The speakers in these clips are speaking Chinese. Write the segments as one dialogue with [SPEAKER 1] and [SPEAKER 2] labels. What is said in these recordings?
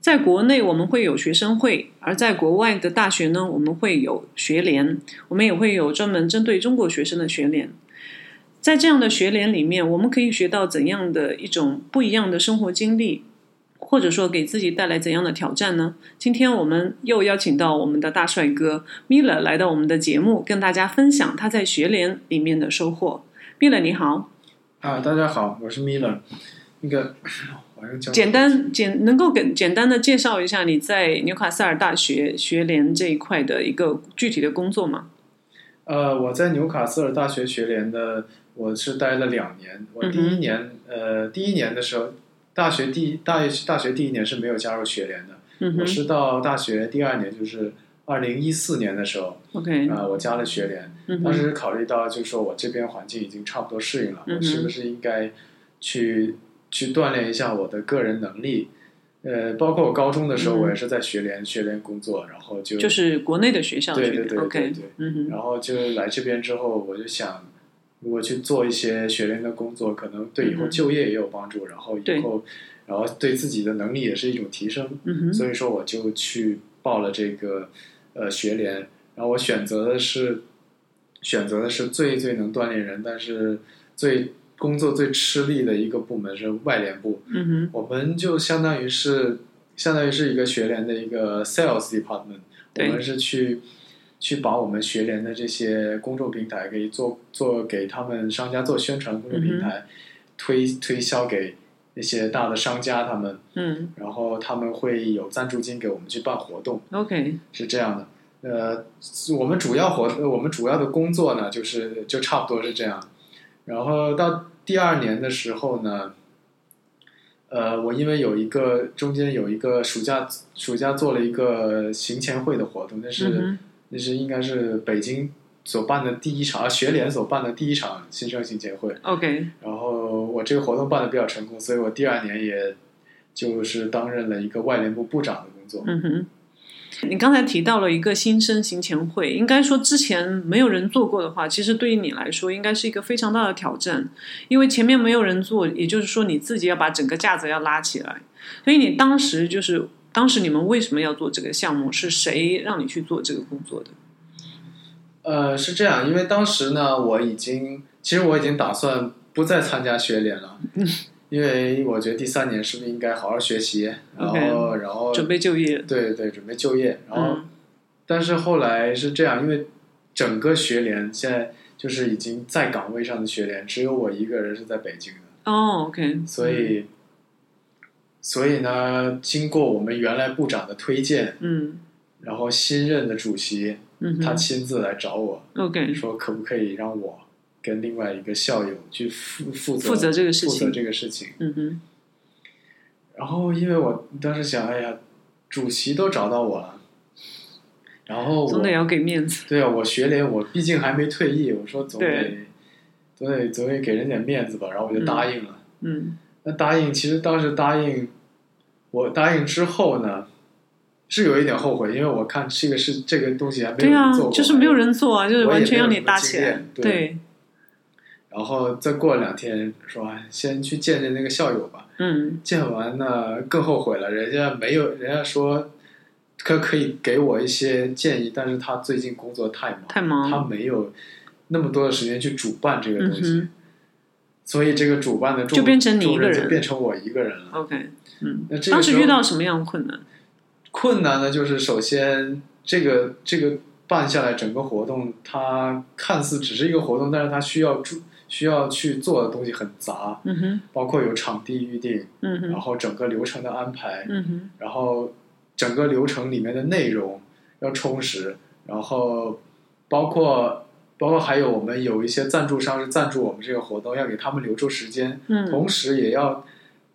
[SPEAKER 1] 在国内我们会有学生会，而在国外的大学呢，我们会有学联，我们也会有专门针对中国学生的学联。在这样的学联里面，我们可以学到怎样的一种不一样的生活经历，或者说给自己带来怎样的挑战呢？今天我们又邀请到我们的大帅哥 Miller 来到我们的节目，跟大家分享他在学联里面的收获。Miller 你好，
[SPEAKER 2] 啊，大家好，我是 Miller。那个， 我还是叫
[SPEAKER 1] 简单简能够给简单的介绍一下你在纽卡斯尔大学学联这一块的一个具体的工作吗？
[SPEAKER 2] 呃，我在纽卡斯尔大学学联的，我是待了两年。我第一年，
[SPEAKER 1] 嗯
[SPEAKER 2] 呃，第一年的时候，大学第大大学第一年是没有加入学联的。
[SPEAKER 1] 嗯
[SPEAKER 2] 我
[SPEAKER 1] 哼
[SPEAKER 2] 是到大学第二年，就是二零一四年的时候，
[SPEAKER 1] ，OK，
[SPEAKER 2] 啊、我加了学联。
[SPEAKER 1] 嗯
[SPEAKER 2] 当
[SPEAKER 1] 哼，
[SPEAKER 2] 时考虑到，就是说我这边环境已经差不多适应了，
[SPEAKER 1] 嗯哼
[SPEAKER 2] 我是不是应该去去锻炼一下我的个人能力？呃，包括我高中的时候，
[SPEAKER 1] 嗯
[SPEAKER 2] 我也是在学联、学联工作，然后就
[SPEAKER 1] 就是国内的学校
[SPEAKER 2] 对
[SPEAKER 1] 学
[SPEAKER 2] 对
[SPEAKER 1] 联
[SPEAKER 2] 对对
[SPEAKER 1] ，OK，
[SPEAKER 2] 对
[SPEAKER 1] 嗯哼。
[SPEAKER 2] 然后就来这边之后，我就想，如果去做一些学联的工作，可能对以后
[SPEAKER 1] 嗯哼
[SPEAKER 2] 就业也有帮助，然后
[SPEAKER 1] 对
[SPEAKER 2] 以后，然后对自己的能力也是一种提升。
[SPEAKER 1] 嗯哼，
[SPEAKER 2] 所以说，我就去报了这个呃学联，然后我选择的是选择的是最最能锻炼人，但是最工作最吃力的一个部门是外联部，
[SPEAKER 1] 嗯哼，
[SPEAKER 2] 我们就相当于是相当于是一个学联的一个 sales department，我
[SPEAKER 1] 对
[SPEAKER 2] 们是去去把我们学联的这些公众平台给做做给他们商家做宣传，公众
[SPEAKER 1] 嗯
[SPEAKER 2] 平台、推推销给那些大的商家他们，
[SPEAKER 1] 嗯
[SPEAKER 2] 然后他们会有赞助金给我们去办活动，
[SPEAKER 1] ，OK，
[SPEAKER 2] 是这样的。呃，我们主要活我们主要的工作呢，就是就差不多是这样。然后到第二年的时候呢，呃，我因为有一个中间有一个暑假暑假做了一个行前会的活动，那是、
[SPEAKER 1] 嗯哼
[SPEAKER 2] 那是应该是北京所办的第一场啊，学联所办的第一场新生行前会。
[SPEAKER 1] ，OK，
[SPEAKER 2] 然后我这个活动办的比较成功，所以我第二年也就是担任了一个外联部部长的工作。
[SPEAKER 1] 嗯哼。你刚才提到了一个新生行前会，应该说之前没有人做过的话，其实对于你来说应该是一个非常大的挑战，因为前面没有人做，也就是说你自己要把整个架子要拉起来。所以你当时就是，当时你们为什么要做这个项目？是谁让你去做这个工作的？
[SPEAKER 2] 呃，是这样，因为当时呢，我已经其实我已经打算不再参加学联了，
[SPEAKER 1] 嗯
[SPEAKER 2] 因为我觉得第三年是不是应该好好学习，然后
[SPEAKER 1] OK
[SPEAKER 2] 然后
[SPEAKER 1] 准备就业。
[SPEAKER 2] 对对准备就业，然后、
[SPEAKER 1] 嗯
[SPEAKER 2] 但是后来是这样，因为整个学联现在就是已经在岗位上的学联，只有我一个人是在北京的，
[SPEAKER 1] 哦，OK，
[SPEAKER 2] 所以、所以呢，经过我们原来部长的推荐，
[SPEAKER 1] 嗯
[SPEAKER 2] 然后新任的主席
[SPEAKER 1] 嗯
[SPEAKER 2] 他
[SPEAKER 1] 哼
[SPEAKER 2] 亲自来找我。
[SPEAKER 1] ，OK，
[SPEAKER 2] 说可不可以让我跟另外一个校友去负负责
[SPEAKER 1] 负责这个事
[SPEAKER 2] 负责
[SPEAKER 1] 情
[SPEAKER 2] 这个事情。
[SPEAKER 1] 嗯哼，
[SPEAKER 2] 然后因为我当时想，哎呀，主席都找到我了，然后我
[SPEAKER 1] 总得要给面子。
[SPEAKER 2] 对啊，我学联我毕竟还没退役，我说总得
[SPEAKER 1] 对
[SPEAKER 2] 总得总得给人点面子吧，然后我就答应了。
[SPEAKER 1] 嗯
[SPEAKER 2] 那答应其实当时答应，我答应之后呢，是有一点后悔，因为我看这个是这个东西还没有
[SPEAKER 1] 对啊
[SPEAKER 2] 人做过，，
[SPEAKER 1] 就是没有人做啊，就是完全让你搭起
[SPEAKER 2] 我也
[SPEAKER 1] 来
[SPEAKER 2] 没有什么。经
[SPEAKER 1] 对，
[SPEAKER 2] 然后再过两天说哎先去见见那个校友吧。
[SPEAKER 1] 嗯
[SPEAKER 2] 见完呢更后悔了，人家没有，人家说可可以给我一些建议，但是他最近工作太忙，
[SPEAKER 1] 太忙
[SPEAKER 2] 他没有那么多的时间去主办这个
[SPEAKER 1] 嗯
[SPEAKER 2] 东西，
[SPEAKER 1] 哼
[SPEAKER 2] 所以这个主办的重
[SPEAKER 1] 就变成你一
[SPEAKER 2] 重
[SPEAKER 1] 个人
[SPEAKER 2] 任就变成我一个人了。
[SPEAKER 1] ，OK，嗯
[SPEAKER 2] 那，这个
[SPEAKER 1] 当时
[SPEAKER 2] 时候
[SPEAKER 1] 遇到什么样的困难？
[SPEAKER 2] 困难呢，就是首先这个这个办下来整个活动，它看似只是一个活动，但是它需要注需要去做的东西很杂，
[SPEAKER 1] 嗯哼，
[SPEAKER 2] 包括有场地预定，
[SPEAKER 1] 嗯
[SPEAKER 2] 然
[SPEAKER 1] 哼，
[SPEAKER 2] 后整个流程的安排，
[SPEAKER 1] 嗯哼，
[SPEAKER 2] 然后整个流程里面的内容要充实，然后包括包括还有我们有一些赞助商是赞助我们这个活动，要给他们留出时间，
[SPEAKER 1] 嗯
[SPEAKER 2] 同时也要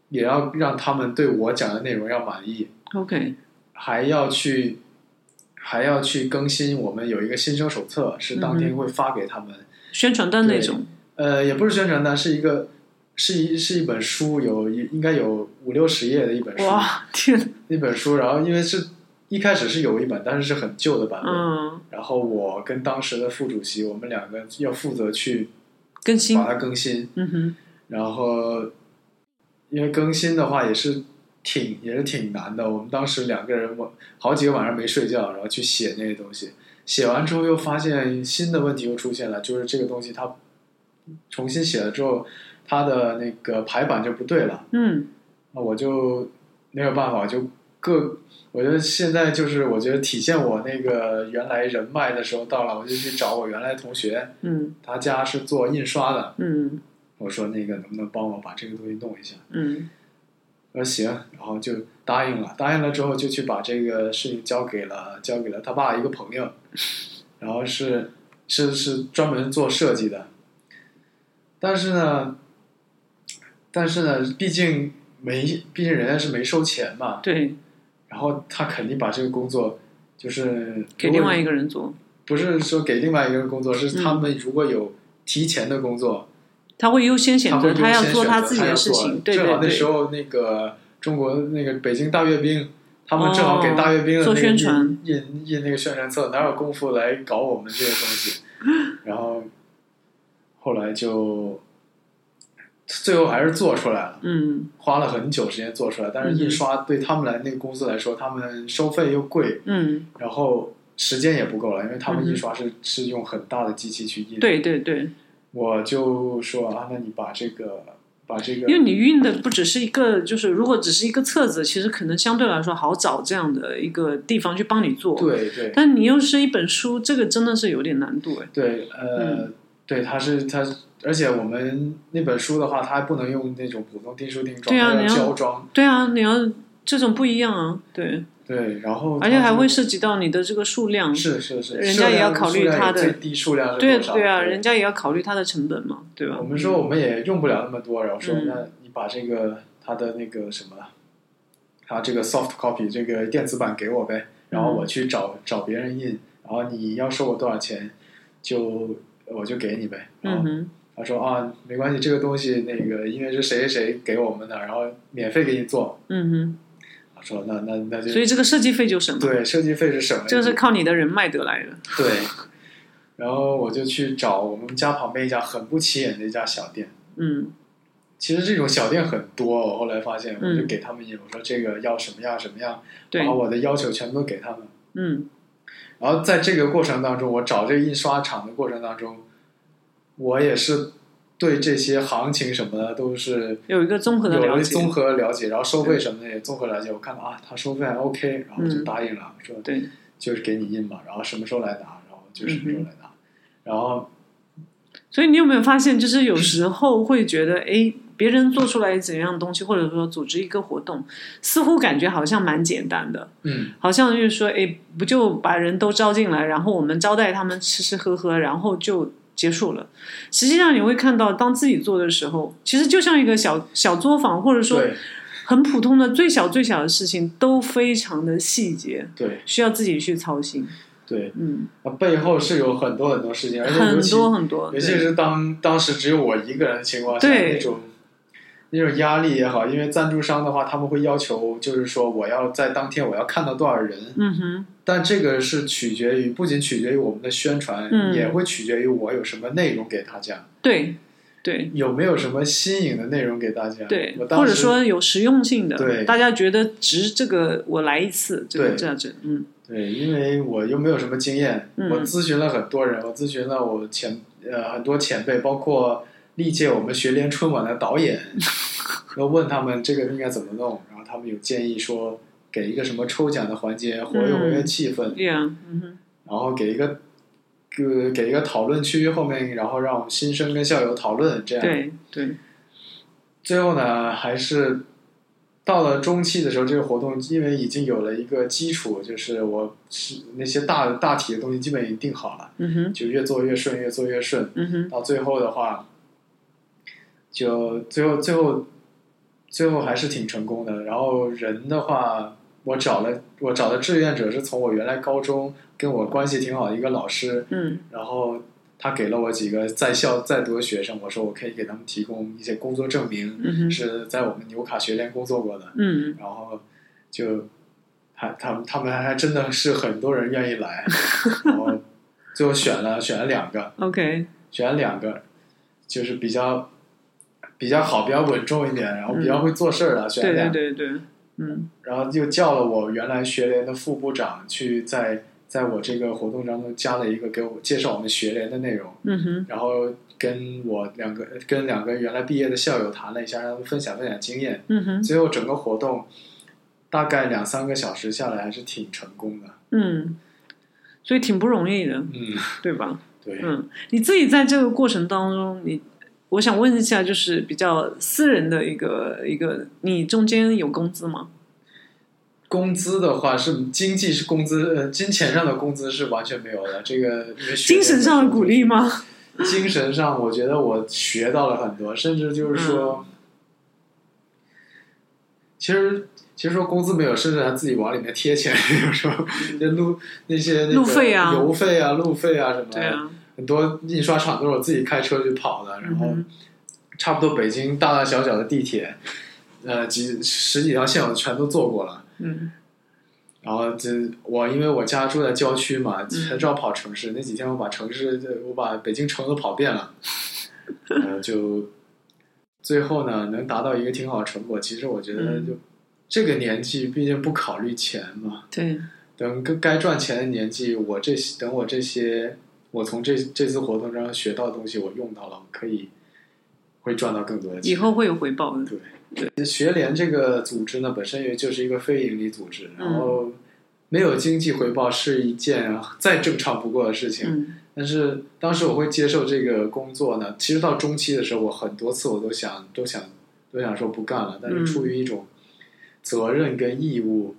[SPEAKER 2] 也要让他们对我讲的内容要满意。
[SPEAKER 1] ，OK，
[SPEAKER 2] 还要去还要去更新我们有一个新生手册，是当天会发给他们。
[SPEAKER 1] 嗯宣传单那种，
[SPEAKER 2] 呃，也不是宣传单，是一个是一是一本书，有一应该有五六十页的一本书，
[SPEAKER 1] 哇，天，
[SPEAKER 2] 一本书。然后因为是一开始是有一本，但是是很旧的版本。
[SPEAKER 1] 嗯，
[SPEAKER 2] 然后我跟当时的副主席，我们两个要负责去
[SPEAKER 1] 更新
[SPEAKER 2] 把，它更新。
[SPEAKER 1] 嗯哼，
[SPEAKER 2] 然后因为更新的话也是挺也是挺难的，我们当时两个人我好几个晚上没睡觉，然后去写那些东西，写完之后又发现新的问题又出现了，就是这个东西它重新写了之后，它的那个排版就不对了，
[SPEAKER 1] 嗯，
[SPEAKER 2] 那我就没有办法，我就各。我觉得现在就是，我觉得体现我那个原来人脉的时候到了，我就去找我原来同学，
[SPEAKER 1] 嗯，
[SPEAKER 2] 他家是做印刷的，
[SPEAKER 1] 嗯，
[SPEAKER 2] 我说那个能不能帮我把这个东西弄一下？
[SPEAKER 1] 嗯，
[SPEAKER 2] 他说呃行，然后就答应了。答应了之后，就去把这个事情交给了交给了他爸一个朋友，然后是是是专门做设计的。但是呢，但是呢，毕竟没，毕竟人家是没收钱嘛，
[SPEAKER 1] 对，
[SPEAKER 2] 然后他肯定把这个工作就是
[SPEAKER 1] 给另外一个人嗯做，
[SPEAKER 2] 不是说给另外一个人工作，是他们如果有提前的工作，
[SPEAKER 1] 他会优先选
[SPEAKER 2] 他
[SPEAKER 1] 择
[SPEAKER 2] 会优
[SPEAKER 1] 要
[SPEAKER 2] 先
[SPEAKER 1] 做
[SPEAKER 2] 选择
[SPEAKER 1] 自己
[SPEAKER 2] 他要
[SPEAKER 1] 的事
[SPEAKER 2] 做
[SPEAKER 1] 情，对
[SPEAKER 2] 正
[SPEAKER 1] 对
[SPEAKER 2] 好那时
[SPEAKER 1] 对，
[SPEAKER 2] 候那个中国那个北京大阅兵，他们正好给
[SPEAKER 1] 哦
[SPEAKER 2] 大阅兵的那
[SPEAKER 1] 做
[SPEAKER 2] 个
[SPEAKER 1] 宣
[SPEAKER 2] 印
[SPEAKER 1] 传
[SPEAKER 2] 印印那个宣传册，哪有功夫来搞我们这些东西？ 然后后来就最后还是做出来了。
[SPEAKER 1] 嗯
[SPEAKER 2] 花了很久时间做出来，但
[SPEAKER 1] 嗯
[SPEAKER 2] 是
[SPEAKER 1] 哼
[SPEAKER 2] 印刷对他们来那个公司来说，他们收费又贵，
[SPEAKER 1] 嗯，
[SPEAKER 2] 然后时间也不够了，因为他
[SPEAKER 1] 嗯
[SPEAKER 2] 们
[SPEAKER 1] 哼
[SPEAKER 2] 印刷是、是用很大的机器去印。，
[SPEAKER 1] 对对对，
[SPEAKER 2] 我就说啊，那你把这个把这个
[SPEAKER 1] 因为你运的不只是一个，就是如果只是一个册子，其实可能相对来说好找这样的一个地方去帮你做，，
[SPEAKER 2] 对对
[SPEAKER 1] 但你又是一本书，这个真的是有点难度哎，
[SPEAKER 2] 对，呃，对，它是它是，而且我们那本书的话，它还不能用那种普通订书订装，
[SPEAKER 1] 对啊
[SPEAKER 2] 它
[SPEAKER 1] 你
[SPEAKER 2] 要
[SPEAKER 1] 要
[SPEAKER 2] 胶装，
[SPEAKER 1] 对啊，你要这种不一样啊，对，
[SPEAKER 2] 对，然后
[SPEAKER 1] 而且
[SPEAKER 2] 它
[SPEAKER 1] 还
[SPEAKER 2] 就
[SPEAKER 1] 会涉及到你的这个数量，
[SPEAKER 2] 是是是，
[SPEAKER 1] 人家
[SPEAKER 2] 数量
[SPEAKER 1] 也要考虑
[SPEAKER 2] 数量
[SPEAKER 1] 它
[SPEAKER 2] 有
[SPEAKER 1] 的
[SPEAKER 2] 最低数量是
[SPEAKER 1] 对
[SPEAKER 2] 多少
[SPEAKER 1] 对啊，人家也要考虑它的成本嘛，对吧？
[SPEAKER 2] 我们说我们也用不了那么多，然后说
[SPEAKER 1] 嗯
[SPEAKER 2] 那你把这个它的那个什么，它这个 soft copy 这个电子版给我呗，然
[SPEAKER 1] 嗯
[SPEAKER 2] 后我去找找别人印，然后你要收我多少钱，就我就给你呗。然
[SPEAKER 1] 嗯
[SPEAKER 2] 后
[SPEAKER 1] 哼，
[SPEAKER 2] 他说啊，没关系，这个东西那个因为是谁谁谁给我们的，然后免费给你做。
[SPEAKER 1] 嗯哼。
[SPEAKER 2] 我说那那那就
[SPEAKER 1] 所以这个设计费就省了，
[SPEAKER 2] 对设计费是省了一笔，
[SPEAKER 1] 这个是靠你的人脉得来的。
[SPEAKER 2] 对。然后我就去找我们家旁边一家很不起眼的一家小店，
[SPEAKER 1] 嗯
[SPEAKER 2] 其实这种小店很多，我后来发现，
[SPEAKER 1] 嗯
[SPEAKER 2] 我就给他们印，我说这个要什么样什么样，
[SPEAKER 1] 对
[SPEAKER 2] 把我的要求全部都给他们。
[SPEAKER 1] 嗯
[SPEAKER 2] 然后在这个过程当中，我找这个印刷厂的过程当中，我也是对这些行情什么的都是，
[SPEAKER 1] 有一个综合的
[SPEAKER 2] 有
[SPEAKER 1] 了
[SPEAKER 2] 了
[SPEAKER 1] 解，
[SPEAKER 2] 综合了解，然后收费什么的也综合了解。我看到啊，他收费还 OK，然后就
[SPEAKER 1] 嗯
[SPEAKER 2] 答应了，说
[SPEAKER 1] 对，
[SPEAKER 2] 就是给你印嘛，然后什么时候来拿，然后就什么时候来拿，然后
[SPEAKER 1] 所以你有没有发现，就是有时候会觉得，哎，别人做出来怎样的东西，或者说组织一个活动，似乎感觉好像蛮简单的，
[SPEAKER 2] 嗯，
[SPEAKER 1] 好像就是说，哎，不就把人都招进来，然后我们招待他们吃吃喝喝，然后就结束了。实际上你会看到，当自己做的时候，其实就像一个小小作坊，或者说
[SPEAKER 2] 对
[SPEAKER 1] 很普通的最小最小的事情，都非常的细节，
[SPEAKER 2] 对
[SPEAKER 1] 需要自己去操心。
[SPEAKER 2] 对，
[SPEAKER 1] 嗯，
[SPEAKER 2] 那背后是有很多很多事情，而且尤
[SPEAKER 1] 很
[SPEAKER 2] 其
[SPEAKER 1] 多很多，
[SPEAKER 2] 尤其是当当时只有我一个人的情况下，
[SPEAKER 1] 对
[SPEAKER 2] 那种那种压力也好，因为赞助商的话，他们会要求，就是说我要在当天我要看到多少人，
[SPEAKER 1] 嗯哼，
[SPEAKER 2] 但这个是取决于不仅取决于我们的宣传，
[SPEAKER 1] 嗯
[SPEAKER 2] 也会取决于我有什么内容给大家，
[SPEAKER 1] 对对。
[SPEAKER 2] 有没有什么新颖的内容给大家。
[SPEAKER 1] 对
[SPEAKER 2] 我，当
[SPEAKER 1] 或者
[SPEAKER 2] 时
[SPEAKER 1] 说有实用性的，
[SPEAKER 2] 对
[SPEAKER 1] 大家觉得值这个，我来一次，这个
[SPEAKER 2] 对
[SPEAKER 1] 价值，嗯
[SPEAKER 2] 对，因为我又没有什么经验，
[SPEAKER 1] 嗯
[SPEAKER 2] 我咨询了很多人，我咨询了我前呃很多前辈，包括历届我们学联春晚的 导演，都问他们这个应该怎么弄，然后他们有建议说给一个什么抽奖的环节，活跃活跃气氛，
[SPEAKER 1] ，Yeah，嗯哼，
[SPEAKER 2] 然后给一个呃给一个讨论区后面，然后让新生跟校友讨论这样。
[SPEAKER 1] 对对，
[SPEAKER 2] 最后呢，还是到了中期的时候，这个活动因为已经有了一个基础，就是我是那些大大体的东西基本已经定好了，
[SPEAKER 1] 嗯哼，
[SPEAKER 2] 就越做越顺，越做越顺。
[SPEAKER 1] 嗯哼，
[SPEAKER 2] 到最后的话，就最后最后最后还是挺成功的。然后人的话，我找了我找的志愿者是从我原来高中跟我关系挺好的一个老师，
[SPEAKER 1] 嗯
[SPEAKER 2] 然后他给了我几个在校在读的学生，我说我可以给他们提供一些工作证明，
[SPEAKER 1] 嗯哼
[SPEAKER 2] 是在我们纽卡学联工作过的，
[SPEAKER 1] 嗯，
[SPEAKER 2] 然后就还他们他们还真的是很多人愿意来，然后最后选了选了两个，
[SPEAKER 1] OK，
[SPEAKER 2] 选了两个，就是比较比较好、比较稳重一点，然后比较会做事儿的、选了
[SPEAKER 1] 嗯对
[SPEAKER 2] 两
[SPEAKER 1] 对啊
[SPEAKER 2] 个，
[SPEAKER 1] 对对，嗯
[SPEAKER 2] 然后又叫了我原来学联的副部长去在在我这个活动当中加了一个给我介绍我们学联的内容，
[SPEAKER 1] 嗯哼
[SPEAKER 2] 然后跟我两个跟两个原来毕业的校友谈了一下，让他们分享分享经验，
[SPEAKER 1] 嗯哼
[SPEAKER 2] 最后整个活动。大概两三个小时下来还是挺成功的，
[SPEAKER 1] 嗯，所以挺不容易的，
[SPEAKER 2] 嗯，
[SPEAKER 1] 对吧？
[SPEAKER 2] 对，
[SPEAKER 1] 嗯，你自己在这个过程当中，你我想问一下，就是比较私人的一个一个，你中间有工资吗？
[SPEAKER 2] 工资的话是经济是工资，呃，金钱上的工资是完全没有的。这个因为学
[SPEAKER 1] 精神上的鼓励吗？
[SPEAKER 2] 精神上，我觉得我学到了很多，甚至就是说，
[SPEAKER 1] 嗯
[SPEAKER 2] 其实其实说工资没有，甚至还自己往里面贴钱，有时候那路那些那个
[SPEAKER 1] 嗯路费啊
[SPEAKER 2] 油费啊、路费啊什么的，
[SPEAKER 1] 对啊，
[SPEAKER 2] 很多印刷厂都是我自己开车去跑的，然后
[SPEAKER 1] 嗯
[SPEAKER 2] 差不多北京大大小小的地铁，呃，几十几条线我全都坐过了。
[SPEAKER 1] 嗯
[SPEAKER 2] 然后这我因为我家住在郊区嘛，
[SPEAKER 1] 嗯
[SPEAKER 2] 很少跑城市。那几天我把城市，我把北京城都跑遍了，呃，就最后呢能达到一个挺好的成果。其实我觉得
[SPEAKER 1] 嗯
[SPEAKER 2] 就、这个年纪，毕竟不考虑钱嘛，
[SPEAKER 1] 对，
[SPEAKER 2] 等该该赚钱的年纪，我这等我这些我从这这次活动中学到的东西，我用到了，我可以会赚到更多的钱。
[SPEAKER 1] 以后会有回报的。
[SPEAKER 2] 学联这个组织呢，本身也就是一个非盈利组织，然后没有经济回报是一件再正常不过的事情。
[SPEAKER 1] 嗯
[SPEAKER 2] 但是当时我会接受这个工作呢，其实到中期的时候，我很多次我都想都想都想说不干了，但是
[SPEAKER 1] 嗯
[SPEAKER 2] 出于一种责任跟义务，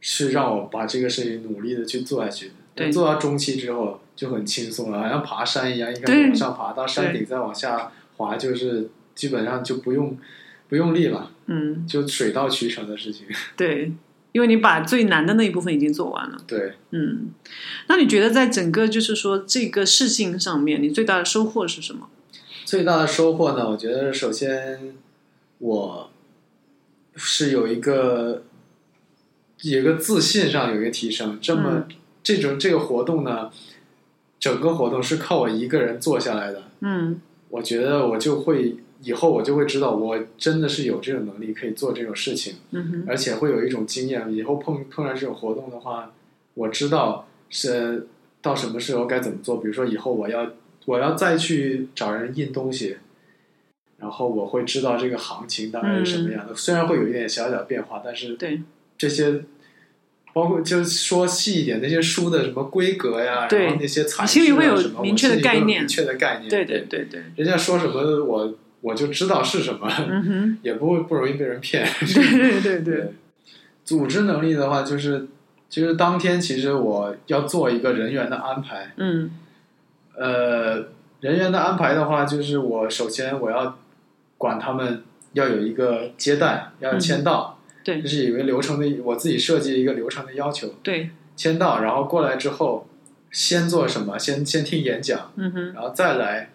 [SPEAKER 2] 是让我把这个事情努力的去做下去的。
[SPEAKER 1] 对
[SPEAKER 2] 做到中期之后就很轻松了，好像爬山一样，一开始
[SPEAKER 1] 对
[SPEAKER 2] 往上爬到山顶再往下滑，就是基本上就不用不用力了。
[SPEAKER 1] 嗯，
[SPEAKER 2] 就水到渠成的事情。
[SPEAKER 1] 对，因为你把最难的那一部分已经做完了。
[SPEAKER 2] 对，
[SPEAKER 1] 嗯，那你觉得在整个就是说这个事情上面，你最大的收获是什么？
[SPEAKER 2] 最大的收获呢，我觉得首先我是有一个有一个自信上有一个提升。这么、这种这个活动呢，整个活动是靠我一个人做下来的。
[SPEAKER 1] 嗯
[SPEAKER 2] 我觉得我就会以后我就会知道，我真的是有这种能力可以做这种事情。
[SPEAKER 1] 嗯哼
[SPEAKER 2] 而且会有一种经验，以后碰碰上这种活动的话，我知道是到什么时候该怎么做。比如说以后我要我要再去找人印东西，然后我会知道这个行情大概是什么样的。虽然会有一点小小变化，但是
[SPEAKER 1] 嗯对
[SPEAKER 2] 这些。包括就是说细一点，那些书的什么规格呀，
[SPEAKER 1] 对
[SPEAKER 2] 然后那些材
[SPEAKER 1] 你
[SPEAKER 2] 质
[SPEAKER 1] 心
[SPEAKER 2] 啊
[SPEAKER 1] 里
[SPEAKER 2] 什么，
[SPEAKER 1] 会有
[SPEAKER 2] 我
[SPEAKER 1] 明确的
[SPEAKER 2] 心里会有
[SPEAKER 1] 概念
[SPEAKER 2] 明确的概念。
[SPEAKER 1] 对对，对对，
[SPEAKER 2] 人家说什么我我就知道是什么，
[SPEAKER 1] 嗯哼，
[SPEAKER 2] 也不会不容易被人骗。
[SPEAKER 1] 对对对对，
[SPEAKER 2] 组织能力的话，就是其实当天其实我要做一个人员的安排。
[SPEAKER 1] 嗯
[SPEAKER 2] 呃，人员的安排的话，就是我首先我要管他们要有一个接待，要签
[SPEAKER 1] 嗯
[SPEAKER 2] 到，
[SPEAKER 1] 对
[SPEAKER 2] 这是有一个流程的，我自己设计一个流程的要求。
[SPEAKER 1] 对，
[SPEAKER 2] 签到，然后过来之后，先做什么？先先听演讲，
[SPEAKER 1] 嗯哼
[SPEAKER 2] 然后再来，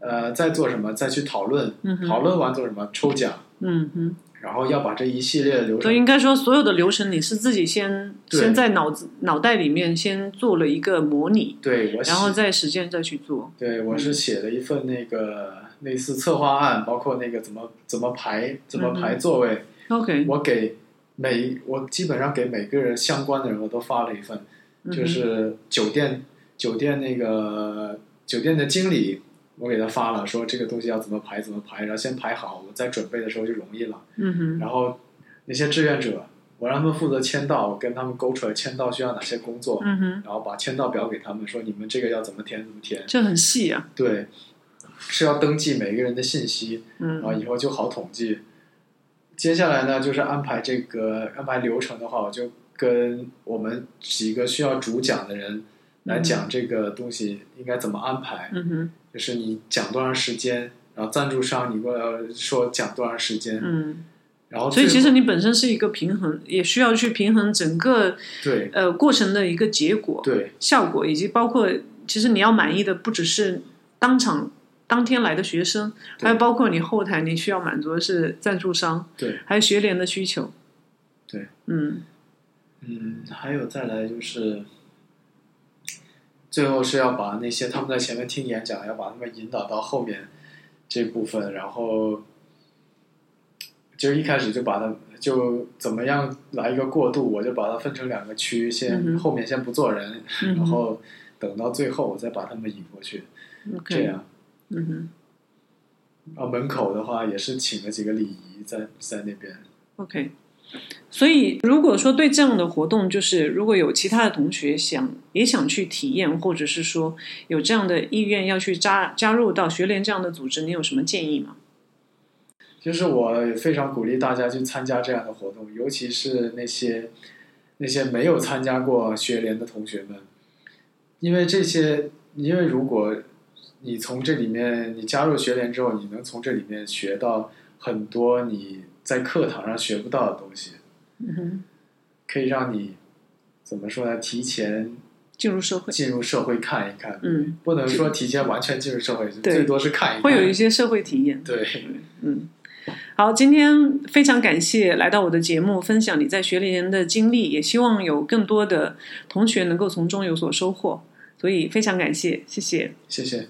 [SPEAKER 2] 呃，再做什么？再去讨论，
[SPEAKER 1] 嗯哼
[SPEAKER 2] 讨论完做什么？抽奖，
[SPEAKER 1] 嗯哼。
[SPEAKER 2] 然后要把这一系列的流
[SPEAKER 1] 所以
[SPEAKER 2] 程
[SPEAKER 1] 应该说，所有的流程你是自己先
[SPEAKER 2] 对
[SPEAKER 1] 先在脑子脑袋里面先做了一个模拟，
[SPEAKER 2] 对我
[SPEAKER 1] 然后
[SPEAKER 2] 写
[SPEAKER 1] 再实践再去做。
[SPEAKER 2] 对，我
[SPEAKER 1] 嗯
[SPEAKER 2] 是写了一份那个类似策划案，包括那个怎么怎么排怎
[SPEAKER 1] 嗯
[SPEAKER 2] 么排座位，
[SPEAKER 1] OK，
[SPEAKER 2] 我给每我基本上给每个人相关的人我都发了一份，
[SPEAKER 1] 嗯
[SPEAKER 2] 就是酒店酒店那个酒店的经理，我给他发了，说这个东西要怎么排怎么排，然后先排好，我在准备的时候就容易了。
[SPEAKER 1] 嗯哼，
[SPEAKER 2] 然后那些志愿者，我让他们负责签到，我跟他们勾出来签到需要哪些工作，
[SPEAKER 1] 嗯哼，
[SPEAKER 2] 然后把签到表给他们，说你们这个要怎么填怎么填。
[SPEAKER 1] 这很细啊。
[SPEAKER 2] 对，是要登记每个人的信息，然后
[SPEAKER 1] 嗯
[SPEAKER 2] 以后就好统计。接下来呢，就是安排这个安排流程的话，我就跟我们几个需要主讲的人来讲这个东西应该怎么安排，
[SPEAKER 1] 嗯哼，
[SPEAKER 2] 就是你讲多长时间，然后赞助商你过来说讲多长时间，
[SPEAKER 1] 嗯
[SPEAKER 2] 然后
[SPEAKER 1] 所
[SPEAKER 2] 最
[SPEAKER 1] 以
[SPEAKER 2] 后，
[SPEAKER 1] 其实你本身是一个平衡，也需要去平衡整个
[SPEAKER 2] 对
[SPEAKER 1] 呃过程的一个结果、
[SPEAKER 2] 对
[SPEAKER 1] 效果，以及包括其实你要满意的不只是当场当天来的学生，
[SPEAKER 2] 对
[SPEAKER 1] 还有包括你后台你需要满足的是赞助商，
[SPEAKER 2] 对，
[SPEAKER 1] 还有学联的需求。
[SPEAKER 2] 对，
[SPEAKER 1] 嗯，
[SPEAKER 2] 嗯，还有再来就是，最后是要把那些他们在前面听演讲，要把他们引导到后面这部分，然后就一开始就把它就怎么样来一个过渡，我就把它分成两个区，先、
[SPEAKER 1] 嗯哼
[SPEAKER 2] 后面先不做人，
[SPEAKER 1] 嗯哼
[SPEAKER 2] 然后等到最后我再把他们引过去，
[SPEAKER 1] OK
[SPEAKER 2] 这样。
[SPEAKER 1] 嗯哼
[SPEAKER 2] 然后门口的话也是请了几个礼仪在在那边，
[SPEAKER 1] ，OK。所以，如果说对这样的活动，就是如果有其他的同学想也想去体验，或者是说有这样的意愿要去加加入到学联这样的组织，你有什么建议吗？
[SPEAKER 2] 就是我也非常鼓励大家去参加这样的活动，尤其是那些那些没有参加过学联的同学们，因为这些，因为如果你从这里面你加入学联之后，你能从这里面学到很多你在课堂上学不到的东西，
[SPEAKER 1] 嗯哼，
[SPEAKER 2] 可以让你怎么说呢？提前
[SPEAKER 1] 进入社会，
[SPEAKER 2] 进入社会看一看，
[SPEAKER 1] 嗯，
[SPEAKER 2] 不能说提前完全进入社会，
[SPEAKER 1] 对
[SPEAKER 2] 最多是看一看，
[SPEAKER 1] 会有一些社会体验。
[SPEAKER 2] 哎对，
[SPEAKER 1] 嗯，好，今天非常感谢来到我的节目，分享你在学联的经历，也希望有更多的同学能够从中有所收获。所以非常感谢，谢谢。
[SPEAKER 2] 谢谢。